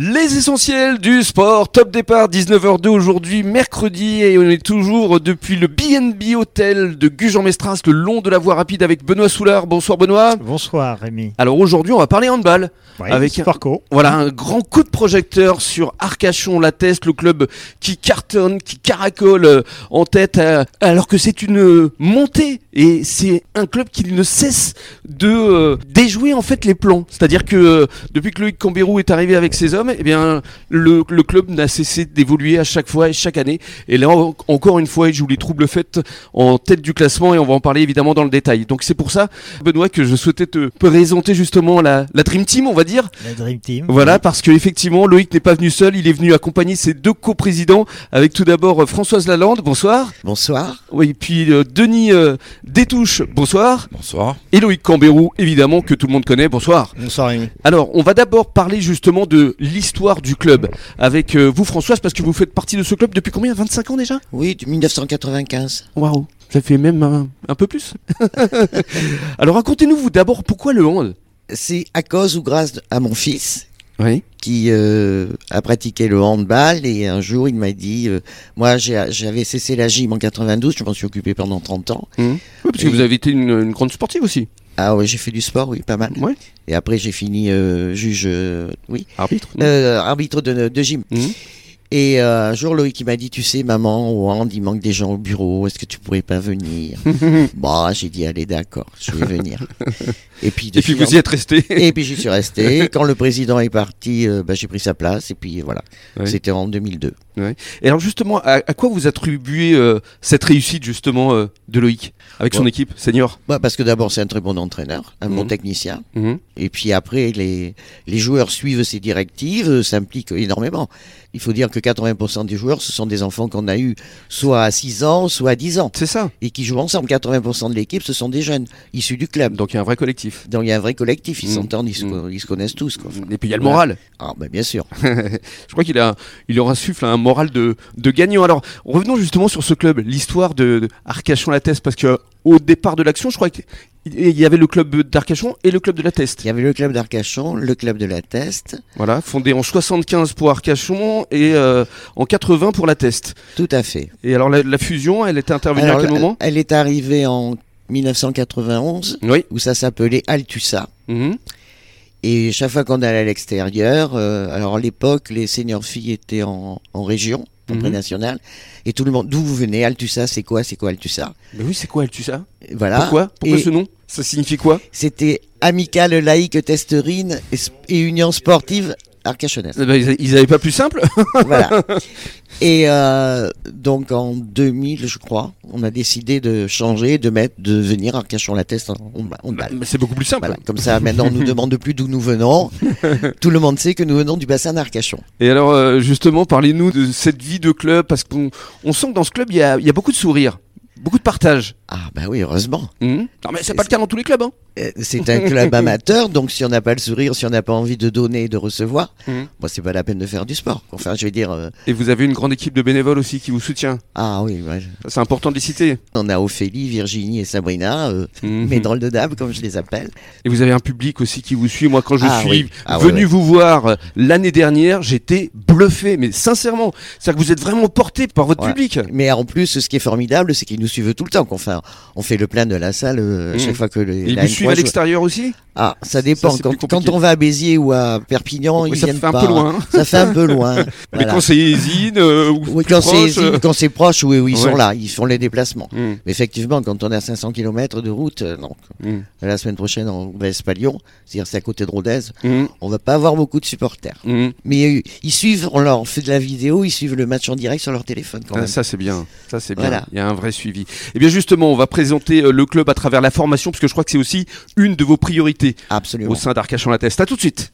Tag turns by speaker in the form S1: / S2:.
S1: Les essentiels du sport, top départ 19h02 aujourd'hui, mercredi, et on est toujours depuis le BNB Hotel de Gujan-Mestras, le long de la voie rapide avec Benoît Soulard. Bonsoir Benoît.
S2: Bonsoir Rémi.
S1: Alors aujourd'hui, on va parler handball.
S2: Ouais,
S1: Avec-
S2: Sport Co.
S1: Voilà, un grand coup de projecteur sur Arcachon, la Teste, le club qui cartonne, qui caracole euh, en tête, euh, alors que c'est une euh, montée et c'est un club qui ne cesse de euh, déjouer en fait les plans. C'est-à-dire que euh, depuis que Loïc Cambérou est arrivé avec ses hommes, eh bien le, le club n'a cessé d'évoluer à chaque fois et chaque année. Et là en- encore une fois, il joue les troubles faits en tête du classement et on va en parler évidemment dans le détail. Donc c'est pour ça, Benoît, que je souhaitais te présenter justement la, la Dream Team, on va dire.
S2: La Dream Team.
S1: Voilà, parce que effectivement, Loïc n'est pas venu seul, il est venu accompagner ses deux coprésidents, avec tout d'abord euh, Françoise Lalande, bonsoir.
S3: Bonsoir.
S1: Oui, et puis euh, Denis euh, Détouche, bonsoir.
S4: Bonsoir.
S1: Et Loïc Cambérou, évidemment, que tout le monde connaît, bonsoir.
S2: Bonsoir Rémi.
S1: Alors, on va d'abord parler justement de l'histoire du club, avec euh, vous Françoise, parce que vous faites partie de ce club depuis combien 25 ans déjà
S3: Oui, du 1995.
S1: Waouh, ça fait même un, un peu plus. Alors racontez-nous vous d'abord pourquoi le hand
S3: C'est à cause ou grâce à mon fils
S1: Oui.
S3: qui euh, a pratiqué le handball et un jour il m'a dit, euh, moi j'ai- j'avais cessé la gym en 92, je m'en suis occupé pendant 30 ans.
S1: Mmh. parce que
S3: Et-
S1: vous avez été une, une grande sportive aussi.
S3: Ah ouais, j'ai fait du sport, Ah, oui, pas mal.
S1: Ouais.
S3: Et après j'ai fini euh, juge, euh, oui,
S1: Arbitre.
S3: euh, arbitre de, de gym.
S1: Mhm.
S3: Et euh, un jour Loïc il m'a dit, tu sais maman, au hand il manque des gens au bureau, est-ce que tu pourrais pas venir Bon, j'ai dit, allez d'accord, je vais venir. et puis, de
S1: Et puis
S3: fil en
S1: vous y êtes resté.
S3: Et puis j'y suis resté. Quand le président est parti, euh, bah, j'ai pris sa place. Et puis voilà,
S1: Ouais.
S3: c'était en 2002.
S1: Et alors justement, à, à quoi vous attribuez euh, cette réussite justement euh, de Loïc avec son
S3: Ouais.
S1: équipe senior
S3: Bah, parce que d'abord, c'est un très bon entraîneur, un bon
S1: Mhm.
S3: technicien. Et puis après, les, les joueurs suivent ses directives, euh, s'impliquent énormément. Il faut dire que 80% des joueurs, ce sont des enfants qu'on a eus soit à 6 ans, soit à 10 ans,
S1: C'est ça.
S3: et qui jouent ensemble. 80% de l'équipe, ce sont des jeunes, issus du club.
S1: Donc il y a un vrai collectif.
S3: Donc il y a un vrai collectif, ils
S1: Mhm.
S3: s'entendent, ils, se-
S1: Mhm.
S3: ils se connaissent tous. Quoi. Enfin,
S1: Et puis il y a le
S3: voilà.
S1: moral.
S3: Ah, bah, bien sûr.
S1: Je crois qu'il a, il aura suffle un moral de, de gagnant. Alors revenons justement sur ce club, l'histoire de, de Arcachon La Teste, parce que euh, au départ de l'action, je crois qu'il il y avait le club d'Arcachon et le club de La Teste.
S3: Il y avait le club d'Arcachon, le club de la Teste,
S1: Voilà, fondé en 75 pour Arcachon et euh, en 80 pour La Teste.
S3: tout à fait.
S1: Et alors la, la fusion, elle était intervenue
S3: Alors,
S1: à quel
S3: elle-
S1: moment
S3: Elle est arrivée en 1991,
S1: Oui.
S3: où ça s'appelait Altusa.
S1: Mhm.
S3: Et chaque fois qu'on allait à l'extérieur, euh, alors à l'époque, les seniors filles étaient en, en région, en
S1: Mhm.
S3: prénational, et tout le monde, d'où vous venez Altusa, c'est quoi C'est quoi Altusa
S1: Mais oui, c'est quoi elle tue ça
S3: Et Voilà.
S1: Pourquoi Pourquoi
S3: Ah, Et
S1: ce nom Ça signifie quoi
S3: C'était Amicale Laïque Testerine et, Sp- et Union Sportive Arcachonnaise.
S1: Ils avaient pas plus simple
S3: voilà. Et euh, donc en 2000, je crois, on a décidé de changer, de mettre, de venir Arcachon la Teste en, en balle.
S1: Bah, C'est beaucoup plus simple.
S3: Bah, Voilà, comme ça, maintenant, on nous demande plus d'où nous venons. Tout le monde sait que nous venons du bassin d'Arcachon.
S1: Et alors, euh, justement, parlez-nous de cette vie de club, parce qu'on on sent que dans ce club, il y a, il y a beaucoup de sourires, beaucoup de partage.
S3: Ah, bah oui, heureusement.
S1: Mhm. Non, mais c'est pas le cas dans tous les clubs. Hein.
S3: Euh, C'est un club amateur, donc si on n'a pas le sourire, si on n'a pas envie de donner et de recevoir,
S1: Mhm.
S3: bon, c'est pas la peine de faire du sport. Enfin, je vais dire, euh,
S1: Et vous avez une grande équipe de bénévoles aussi qui vous soutient.
S3: ah oui, ouais.
S1: C'est important de les citer.
S3: on a Ophélie, Virginie et Sabrina, euh,
S1: Mhm.
S3: mes drôles de dames, comme je les appelle.
S1: Et vous avez un public aussi qui vous suit. Moi, quand je
S3: Ah
S1: suis
S3: oui. Ah
S1: venu
S3: ouais, ouais.
S1: vous voir euh, l'année dernière, j'étais bluffé, mais sincèrement. C'est-à-dire que vous êtes vraiment porté par votre
S3: Ouais.
S1: public.
S3: Mais en plus, ce qui est formidable, c'est qu'ils nous suivent tout le temps. Enfin, on fait le plein de la salle euh, à
S1: Mhm.
S3: chaque fois que les,
S1: Ils
S3: la
S1: vous
S3: N3
S1: suivent à
S3: joue.
S1: l'extérieur aussi
S3: Ah, ça dépend.
S1: c'est plus
S3: quand,
S1: compliqué.
S3: quand on va à Béziers ou à Perpignan,
S1: Oui,
S3: Oh, ils
S1: Ça
S3: viennent
S1: fait un
S3: pas.
S1: peu loin. hein.
S3: Ça fait un peu loin.
S1: Mais
S3: Voilà.
S1: quand c'est Zine euh, ou
S3: Oui,
S1: plus
S3: quand c'est
S1: proche, euh,
S3: quand c'est proche, oui, oui, ils
S1: ouais.
S3: sont là, ils font les déplacements.
S1: Mm,
S3: Mais effectivement, quand on est à 500 km de route, euh, non.
S1: mm,
S3: la semaine prochaine, on va à Espalion, c'est-à-dire c'est à côté de Rodez,
S1: mm,
S3: on va pas avoir beaucoup de supporters.
S1: mm.
S3: Mais euh, ils suivent, on leur fait de la vidéo, ils suivent le match en direct sur leur téléphone quand
S1: Ah,
S3: même.
S1: ça c'est bien, ça c'est bien.
S3: Voilà.
S1: Il y a un vrai suivi. Et bien justement, on va présenter euh, le club à travers la formation, parce que je crois que c'est aussi une de vos priorités
S3: Absolument.
S1: au sein d'Arcachon La Teste. À tout de suite.